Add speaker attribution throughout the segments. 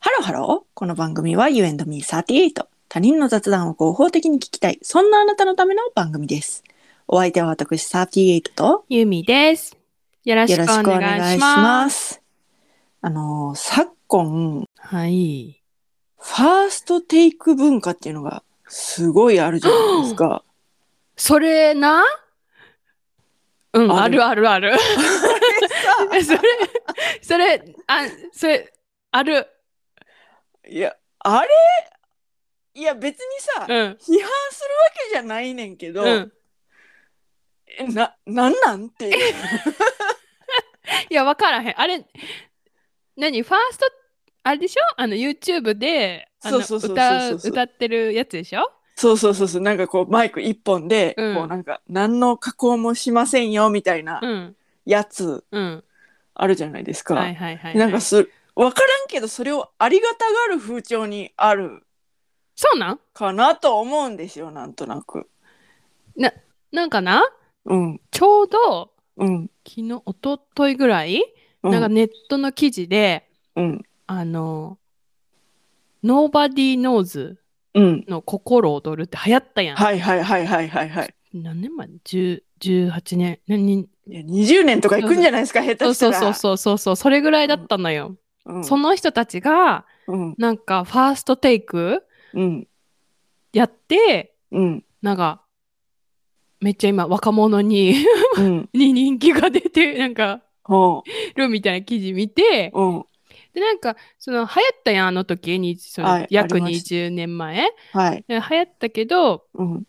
Speaker 1: ハロー。この番組は You and me38。他人の雑談を合法的に聞きたい。そんなあなたのための番組です。お相手は私38と
Speaker 2: ゆみです。よろし
Speaker 1: よ
Speaker 2: く
Speaker 1: ろ
Speaker 2: お
Speaker 1: しくお願
Speaker 2: 願い
Speaker 1: いし
Speaker 2: し
Speaker 1: ま
Speaker 2: ます。
Speaker 1: す。あのー、昨今、
Speaker 2: はい。
Speaker 1: ファーストテイク文化っていうのがすごいあるじゃないですか。
Speaker 2: それなうん、
Speaker 1: あ
Speaker 2: あ
Speaker 1: る
Speaker 2: るある ある。えそれ、それ、あ、それ、ある。
Speaker 1: いや、あれいや別にさ、
Speaker 2: うん。
Speaker 1: 批判するわけじゃないねんけど、
Speaker 2: うん。
Speaker 1: えな、なんなんっていう。
Speaker 2: いや、わからへん。あれ、何ファースト、あれでしょあの、YouTube で、あの
Speaker 1: そうそうそうそう
Speaker 2: 歌
Speaker 1: そう
Speaker 2: う歌ってるやつでしょ
Speaker 1: そうそうそうそう、なんかこうマイク一本で、
Speaker 2: うん
Speaker 1: こうなんか何の加工もしませんよみたいな
Speaker 2: うん。
Speaker 1: やつ
Speaker 2: うん。
Speaker 1: あるじゃないですか。
Speaker 2: はいはいはい。
Speaker 1: なんかす、わからんけどそれをありがたがる風潮にある
Speaker 2: そうなん
Speaker 1: かなと思うんですよ、なんとなく。
Speaker 2: なんかな
Speaker 1: うん、
Speaker 2: ちょうど、
Speaker 1: うん、
Speaker 2: 昨日、一昨日ぐらい、
Speaker 1: うん、
Speaker 2: なんかネットの記事で、
Speaker 1: うん、
Speaker 2: あの、Nobody Knows
Speaker 1: うん。
Speaker 2: の心躍るって流行ったやん。
Speaker 1: はいはいはいはいはいはい。
Speaker 2: 何年前 ?10 ?18 年何人
Speaker 1: いや、20年とかいくんじゃないですか、下
Speaker 2: そ
Speaker 1: 手した
Speaker 2: うそう
Speaker 1: ら。
Speaker 2: そうそうそうそう、それぐらいだったのよ。
Speaker 1: うん
Speaker 2: その人たちが、
Speaker 1: うん、
Speaker 2: なんか、ファーストテイク
Speaker 1: うん、
Speaker 2: やって、
Speaker 1: うん、
Speaker 2: なんか、めっちゃ今、若者に
Speaker 1: うん、
Speaker 2: に人気が出て、なんか、
Speaker 1: ほ
Speaker 2: るみたいな記事見て、
Speaker 1: う、うん、で
Speaker 2: で、なんか、その、流行ったやん、あの時に、その
Speaker 1: はいあ
Speaker 2: 約
Speaker 1: りまし
Speaker 2: 20年前。
Speaker 1: はい、
Speaker 2: で流行ったけど、
Speaker 1: うん、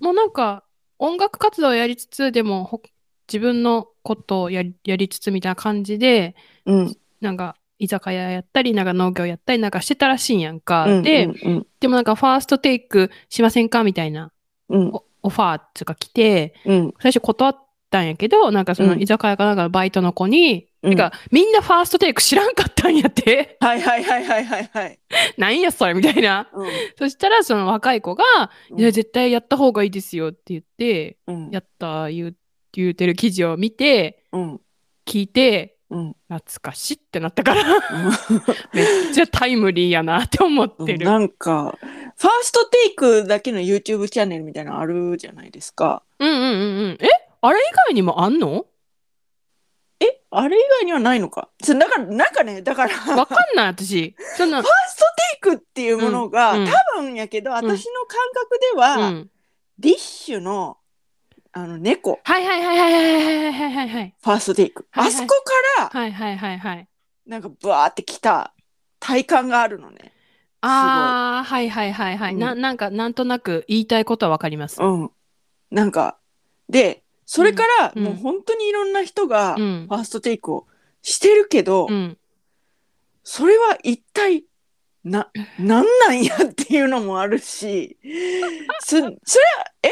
Speaker 2: もうなんか音楽活動をやりつつでもほ自分のことをやりやりつつみたいな感じで
Speaker 1: うん、
Speaker 2: なんか居酒屋やったりなんか農業やったりなんかしてたらしいんやんか、
Speaker 1: うん、
Speaker 2: で
Speaker 1: うん、
Speaker 2: でもなんかファーストテイクしませんかみたいな
Speaker 1: うん、
Speaker 2: オファーっつうか来て
Speaker 1: うん、
Speaker 2: 最初断ったんやけどなんかそうの
Speaker 1: ん
Speaker 2: 居酒屋かなんかのバイトの子に、
Speaker 1: うん
Speaker 2: てかみんなファーストテイク知らんかったんやって
Speaker 1: はいはいはいはいはいはい。
Speaker 2: なんやそれみたいな
Speaker 1: うん
Speaker 2: そしたらその若い子が「
Speaker 1: うん
Speaker 2: いや絶対やった方がいいですよ」って言って
Speaker 1: うん
Speaker 2: やった言う言うてる記事を見て
Speaker 1: うん
Speaker 2: 聞いて
Speaker 1: うん
Speaker 2: 懐かしってなったから めっちゃタイムリーやなって思ってる。
Speaker 1: なんかファーストテイクだけの YouTube チャンネルみたいなのあるじゃないですか。
Speaker 2: うんうんうんうん。えあれ以外にもあんの
Speaker 1: えあれ以外にはないのかそうだからなんかねだからファー
Speaker 2: わかんない私。そんな。
Speaker 1: ストテイクっていうものが、
Speaker 2: うんうん
Speaker 1: 多分やけど私の感覚では、
Speaker 2: うん、
Speaker 1: ディッシュのあの猫
Speaker 2: はいはいはいはいはいはいはいはい
Speaker 1: ファーストテイク、
Speaker 2: はいはい
Speaker 1: あそこから
Speaker 2: はいはいはいはい。
Speaker 1: なんかブワーってきた体感があるのね。
Speaker 2: ああはいはいはいはい。
Speaker 1: うん
Speaker 2: ななんかなんとなく言いたいことはわかります。
Speaker 1: うん、なんかでそれから、
Speaker 2: うん
Speaker 1: もう本当にいろんな人が、
Speaker 2: うん
Speaker 1: ファーストテイクをしてるけど、
Speaker 2: うん。
Speaker 1: それは一体 な、なんなんやっていうのもあるし、 そ、それは、え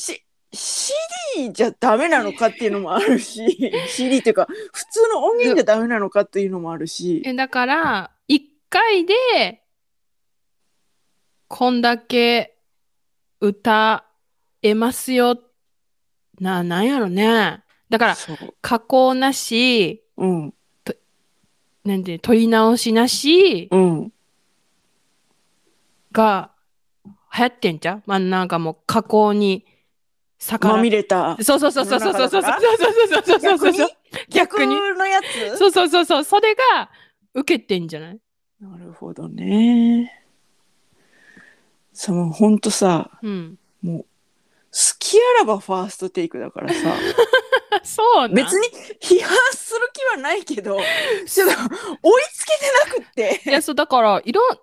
Speaker 1: し、CD じゃダメなのかっていうのもある し、CD っていうか、普通の音源じゃダメなのかっていうのもあるし、
Speaker 2: えだから1回でこんだけ歌えますよななんやろねだから
Speaker 1: そう。
Speaker 2: 加工なし
Speaker 1: うん、
Speaker 2: なんて取り直しなし
Speaker 1: うん、
Speaker 2: が流行ってんじゃん、まあ、なんかもう加工に逆ら
Speaker 1: まみれた。
Speaker 2: そうそうそうそうそうそうそうそうそうそうそうそうそう
Speaker 1: 逆
Speaker 2: 逆
Speaker 1: に
Speaker 2: に
Speaker 1: 逆のやつ
Speaker 2: そうそうそうそうそれが受けてんじゃない
Speaker 1: なるほどね。その、ほんとさ、
Speaker 2: うん
Speaker 1: 好きあらばファーストテイクだから さ。
Speaker 2: あそうなん
Speaker 1: 別に批判する気はないけ ど、ちょっと追いつけてなくっ
Speaker 2: い
Speaker 1: て。
Speaker 2: や、そう、だから、いろん、だか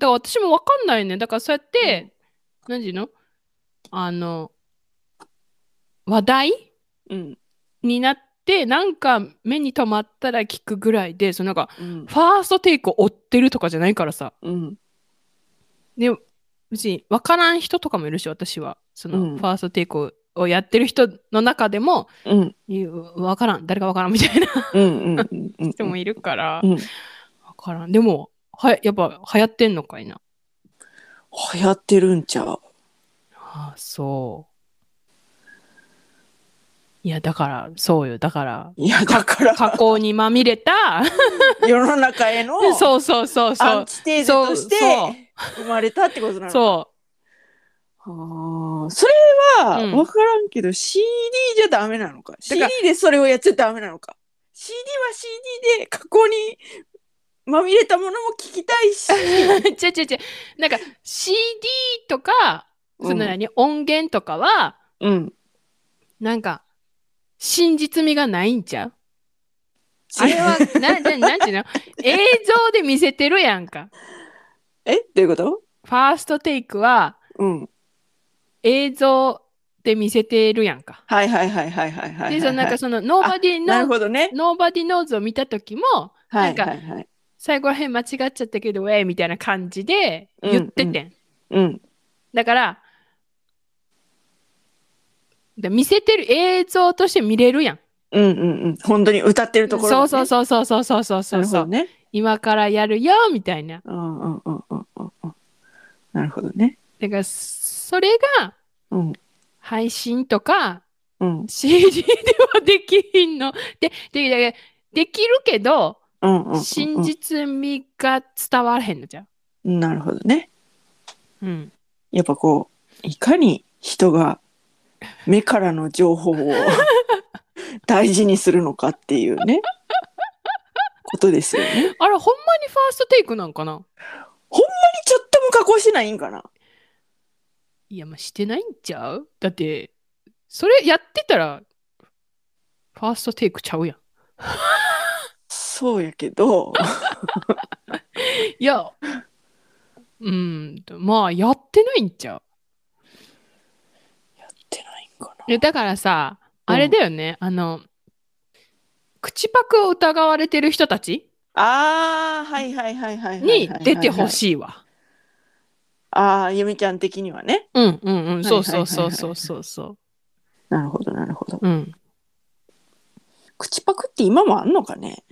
Speaker 2: ら私もわかんないね。だから、そうやって、何時のあの、話題
Speaker 1: うん。
Speaker 2: になって、なんか目に留まったら聞くぐらいで、そのなんか、
Speaker 1: うん。
Speaker 2: ファーストテイクを追ってるとかじゃないからさ。
Speaker 1: うん。
Speaker 2: で、別に、わからん人とかもいるし、私は。その、
Speaker 1: うん
Speaker 2: ファーストテイクををやってる人の中でも、
Speaker 1: うん。
Speaker 2: いやわからん、誰かわからんみたいな
Speaker 1: うん。うん。うん。
Speaker 2: 人もいるから、
Speaker 1: うん。
Speaker 2: わからん。でも、はや、やっぱ流行ってんのかいな。
Speaker 1: 流行ってるんちゃう
Speaker 2: ああ、そう。いや、だから、そうよ。だから、
Speaker 1: いやだから
Speaker 2: 加工にまみれた、
Speaker 1: 世の中への
Speaker 2: そうそうそうそ
Speaker 1: アン
Speaker 2: う。
Speaker 1: チテーゼとして
Speaker 2: そう
Speaker 1: 生まれたってことなの
Speaker 2: そ
Speaker 1: ああ、それは
Speaker 2: うん
Speaker 1: 分からんけど、CD じゃダメなのか。
Speaker 2: だか
Speaker 1: CD
Speaker 2: ら
Speaker 1: でそれをやっちゃダメなのか。CD は CD で過去にまみれたものも聞きたいし。
Speaker 2: う。ちゃちゃちゃ。なんか、CD とか、 その何、音源とかは、
Speaker 1: うん。、
Speaker 2: なんか、真実味がないんちゃうあれは な、な、なんていうの映像で見せてるやんか。
Speaker 1: えどういうこと
Speaker 2: ファーストテイクは
Speaker 1: うん。
Speaker 2: 映像で見せてるやんか。
Speaker 1: はいはいはいはいはいはいはい。
Speaker 2: で、そのなんかその、ノーバディ
Speaker 1: なる
Speaker 2: の、
Speaker 1: ほどね。
Speaker 2: ノーバディノーズを見た時も、
Speaker 1: はい
Speaker 2: なん
Speaker 1: は
Speaker 2: か
Speaker 1: いはい。
Speaker 2: 最後らへん間違っちゃったけど、ウェイみたいな感じで言っててん。
Speaker 1: うん。
Speaker 2: だから、で見せてる映像として見れるやん。
Speaker 1: うんうんうん。本当に歌ってるところが
Speaker 2: そ
Speaker 1: ね
Speaker 2: うそうそうそうそうそうそうそ
Speaker 1: なるほど
Speaker 2: う
Speaker 1: ね。
Speaker 2: 今からやるよみたいな。
Speaker 1: うんうんうんうんうんうん。なるほどね。
Speaker 2: だから、それが
Speaker 1: うん
Speaker 2: 配信とか、
Speaker 1: うん。
Speaker 2: CD ではできひんの。で、で、でできるけど、
Speaker 1: うんうんうん。
Speaker 2: 真実味が伝わらへんのじゃん。
Speaker 1: なるほどね。
Speaker 2: うん。
Speaker 1: やっぱこういかに人が目からの情報を 大事にするのかっていうねことですよね。
Speaker 2: あれ、ほんまにファーストテイクなんか
Speaker 1: ち
Speaker 2: な
Speaker 1: ょっとも加工してないんかない
Speaker 2: や、まあ、してないんちゃうだって、それやってたら、ファーストテイクちゃう やん。
Speaker 1: そうやけど
Speaker 2: いや、うん、まあ、やってないんちゃう
Speaker 1: やってないんかな。
Speaker 2: いやだから
Speaker 1: う
Speaker 2: さ、
Speaker 1: ん
Speaker 2: あれだよね、あの、口パクを疑われてる人たち
Speaker 1: ああはいはいはいはいはいはいはい
Speaker 2: に
Speaker 1: はい
Speaker 2: 出てほしいわ。
Speaker 1: ああゆみちゃん的にはね。
Speaker 2: うんうんうん、そう
Speaker 1: は
Speaker 2: そ
Speaker 1: いは
Speaker 2: う
Speaker 1: いはい
Speaker 2: そ
Speaker 1: は
Speaker 2: う
Speaker 1: い
Speaker 2: そうそうそ
Speaker 1: なるほどなるほど。
Speaker 2: う。うん。
Speaker 1: 口パクって今もあんのかね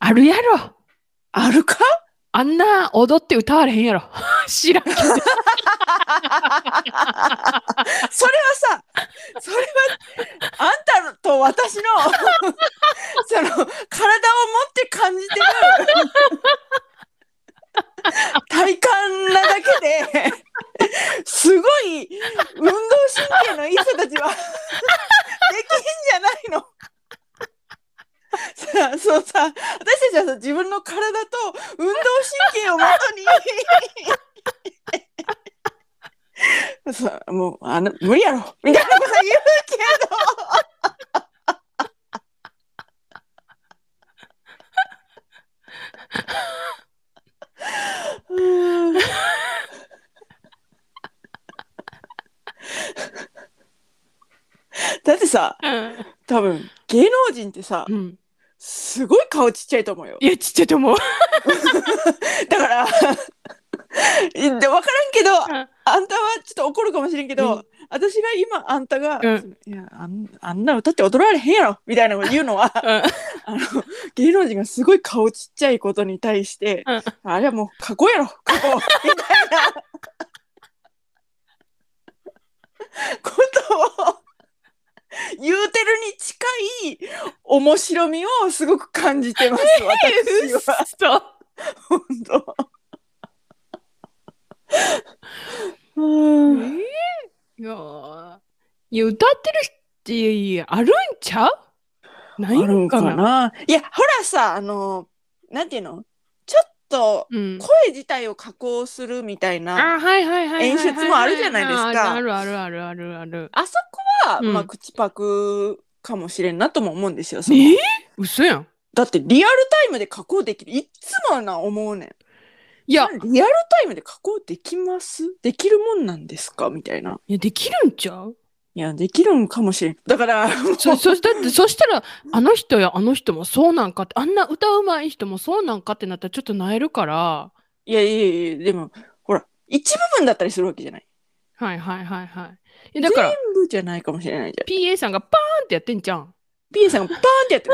Speaker 2: あるやろ
Speaker 1: あるか
Speaker 2: あんな踊って歌われへんやろ 知らんけど。
Speaker 1: それはさそれはあんたのと私のその体を持って感じてる体感なだけですごい運動神経のいい人たちはできんじゃないのさあそうさ私たちはさ自分の体と運動神経をもとにさあもうあの無理やろみたいなこと言うけどうーんだってさ多分芸能人ってさ
Speaker 2: うん。
Speaker 1: すごい顔ちっちゃいと思うよ
Speaker 2: いや、ちっちゃいと 思う。
Speaker 1: だから で分からんけどあんたはちょっと怒るかもしれんけど、
Speaker 2: うん
Speaker 1: 私が今あんたが「
Speaker 2: うん
Speaker 1: いやあんあんな歌って踊られへんやろ」みたいなこと言うの はあの芸能人がすごい顔ちっちゃいことに対して
Speaker 2: うん
Speaker 1: 「あれはもう過去やろ過去」みたいなことを言うてるに近い面白みをすごく感じて ます
Speaker 2: うっ
Speaker 1: 私は
Speaker 2: そ。
Speaker 1: 本 当。うん
Speaker 2: いやー、いや歌ってる人ってあるんちゃうない
Speaker 1: あるん
Speaker 2: ん
Speaker 1: か
Speaker 2: かな
Speaker 1: ないやほらさあのなんていうのちょっと
Speaker 2: うん。
Speaker 1: 声自体を加工するみたいな、
Speaker 2: あ、はいはいはいはいはいはい。
Speaker 1: 演出もあるじゃないですか
Speaker 2: あるあるあるあるある。
Speaker 1: あそこは、
Speaker 2: うん
Speaker 1: まあ口パクかもしれんなとも思うんですよ、そ
Speaker 2: え
Speaker 1: の
Speaker 2: ー、嘘やん。
Speaker 1: だってリアルタイムで加工できるいっつもな思うねん
Speaker 2: いや、
Speaker 1: リアルタイムで加工できますできるもんなんですかみたいない
Speaker 2: やできるんちゃう
Speaker 1: いやできるんかもしれんだ からもう
Speaker 2: そそだってそしたらあの人やあの人もそうなんかってあんな歌うまい人もそうなんかってなったらちょっとなえるから
Speaker 1: いやいやいやでもほら一部分だったりするわけじゃない
Speaker 2: はいはいはいはいいやだから
Speaker 1: 全部じゃないかもしれないじゃん
Speaker 2: PA さんがパーンってやってんじゃん
Speaker 1: PA さんがパーンってやって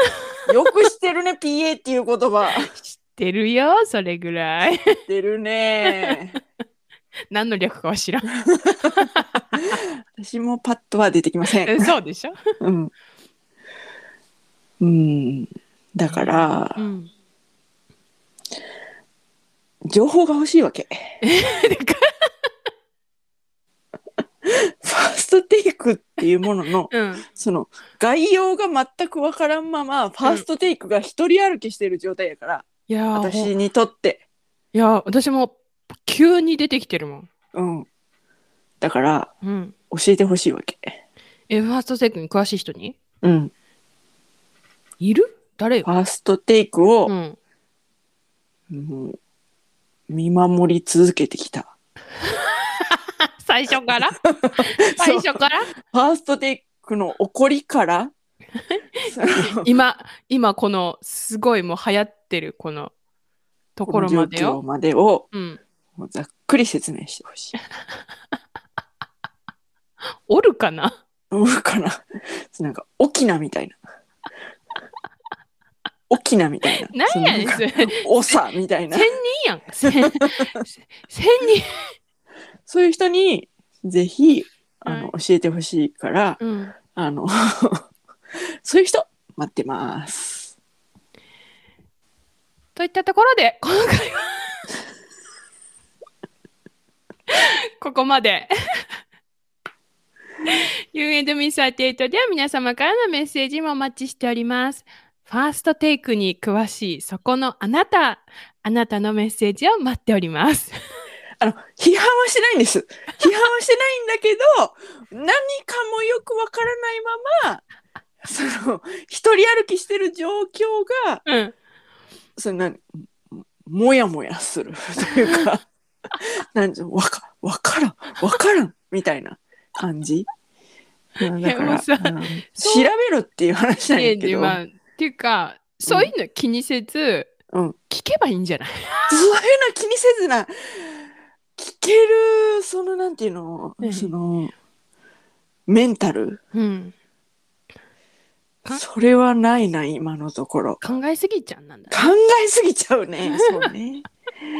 Speaker 1: るよく知ってるね PA っていう言葉
Speaker 2: 知ってるよそれぐらい
Speaker 1: 知ってるね
Speaker 2: 何の略かは知らん
Speaker 1: 私もパッとは出てきません。
Speaker 2: えそうでしょ、
Speaker 1: うん。うん。だから
Speaker 2: う、ん、
Speaker 1: 情報が欲しいわけ。 ファーストテイクっていうものの、
Speaker 2: うん、
Speaker 1: その、概要が全くわからんまま、ファーストテイクが一人歩きしてる状態やから、
Speaker 2: いやーほん
Speaker 1: 私にとって。
Speaker 2: いや私も急に出てきてるもん、
Speaker 1: うん。だから、
Speaker 2: うん、
Speaker 1: 教えてほしいわけ。
Speaker 2: えファーストテイクに詳しい人に
Speaker 1: うん。
Speaker 2: いる誰よ
Speaker 1: ファーストテイクを
Speaker 2: う、ん、
Speaker 1: もう見守り続けてきた。
Speaker 2: 最初から 最初から
Speaker 1: ファーストテイクの起こりから その
Speaker 2: 今今このすごいもう流行ってるこのところまで
Speaker 1: 状況、
Speaker 2: よ
Speaker 1: までを
Speaker 2: うん、
Speaker 1: もうざっくり説明してほしい。
Speaker 2: おるかな
Speaker 1: どうかななんか沖縄みたいな。沖縄みたいな。
Speaker 2: 何やねんそ
Speaker 1: その
Speaker 2: れ千
Speaker 1: 長みたいな
Speaker 2: 人。やんせん千人
Speaker 1: そういう人にぜひあ
Speaker 2: は
Speaker 1: の、教えてほしいから、
Speaker 2: うん
Speaker 1: あの そういう人待ってます。
Speaker 2: といったところで今回はここまで U&Me38 では皆様からのメッセージもお待ちしております。ファーストテイクに詳しいそこのあなた、あなたのメッセージを待っております。
Speaker 1: あの批判はしてないんです。批判はしてないんだけど何かもよくわからないままその一人歩きしてる状況が
Speaker 2: うん、
Speaker 1: そのなんもやもやするというかなんじゃわかわからんわからんみたいな感じうんだか
Speaker 2: もう
Speaker 1: ら、
Speaker 2: さ
Speaker 1: うん調
Speaker 2: そう
Speaker 1: べろっていう話なんやけど、
Speaker 2: まあっていうか、そういうの気にせず、
Speaker 1: うん、
Speaker 2: 聞けばいいんじゃない、
Speaker 1: そういうの気にせずな聞けるそのなんていうの、
Speaker 2: うん
Speaker 1: そのメンタル
Speaker 2: うん、か
Speaker 1: それはないな今のところ
Speaker 2: 考えすぎちゃんなんだね
Speaker 1: 考えすぎちゃうねそうね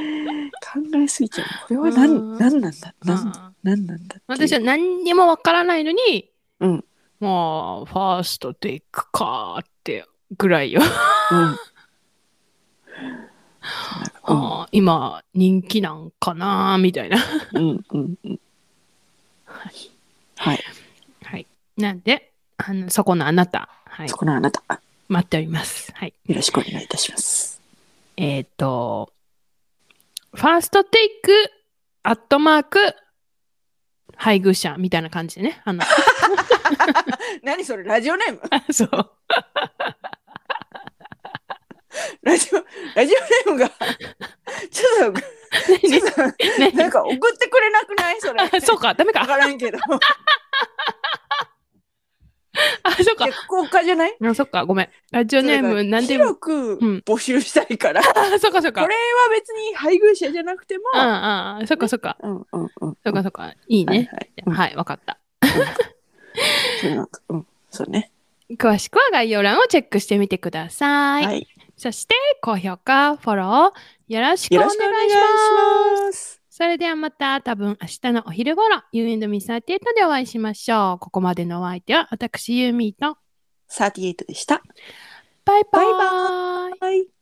Speaker 1: 考えすぎちゃうこれは
Speaker 2: う
Speaker 1: 何
Speaker 2: ん
Speaker 1: 何なんだ
Speaker 2: う
Speaker 1: 何
Speaker 2: ん
Speaker 1: 何なんだっていう
Speaker 2: 私は何にもわからないのに、
Speaker 1: うん
Speaker 2: もうファーストテイクかーってぐらいよ、
Speaker 1: うん
Speaker 2: あー今人気なんかなー みたいな
Speaker 1: うんうんうんはい、
Speaker 2: はいなんであのそこのあなた、はい
Speaker 1: そ、このあなたよ
Speaker 2: 待っておりますはい
Speaker 1: ろしくお願いいたします
Speaker 2: えっ、とファーストテイクアットマーク配偶者みたいな感じでねあの
Speaker 1: 何 それラジオネーム
Speaker 2: そう
Speaker 1: ラジオラジオネームがちょっとちょっと
Speaker 2: 何
Speaker 1: なんか送ってくれなくないそれ。
Speaker 2: あそうかダメ
Speaker 1: わ
Speaker 2: か
Speaker 1: からんけど。
Speaker 2: あそうか
Speaker 1: 国家じゃない
Speaker 2: あそっかごめんラジオネーム何でも
Speaker 1: 広く
Speaker 2: うん
Speaker 1: 募集したいから、こ
Speaker 2: あそっかそっか
Speaker 1: れは別に配偶者じゃなくても、
Speaker 2: ああ、そっかそっか。
Speaker 1: うんうんうん。
Speaker 2: そっかそっか。いい
Speaker 1: はい
Speaker 2: ね。
Speaker 1: はい。うん
Speaker 2: はい、わかった。
Speaker 1: そうなんかうんそうね。
Speaker 2: 詳しくは概要欄をチェックしてみてください。
Speaker 1: はい。
Speaker 2: そして、高評価、フォロー、よろしくお
Speaker 1: よ
Speaker 2: 願
Speaker 1: ろ
Speaker 2: い
Speaker 1: し
Speaker 2: し
Speaker 1: くお
Speaker 2: ま
Speaker 1: 願い
Speaker 2: す。
Speaker 1: します。
Speaker 2: それではまた多分明日のお昼ごろ、You and Me38 でお会いしましょう。ここまでのお相手は私、ユーミーと、
Speaker 1: 38でした。
Speaker 2: バイバ
Speaker 1: バ
Speaker 2: イ
Speaker 1: イバはい。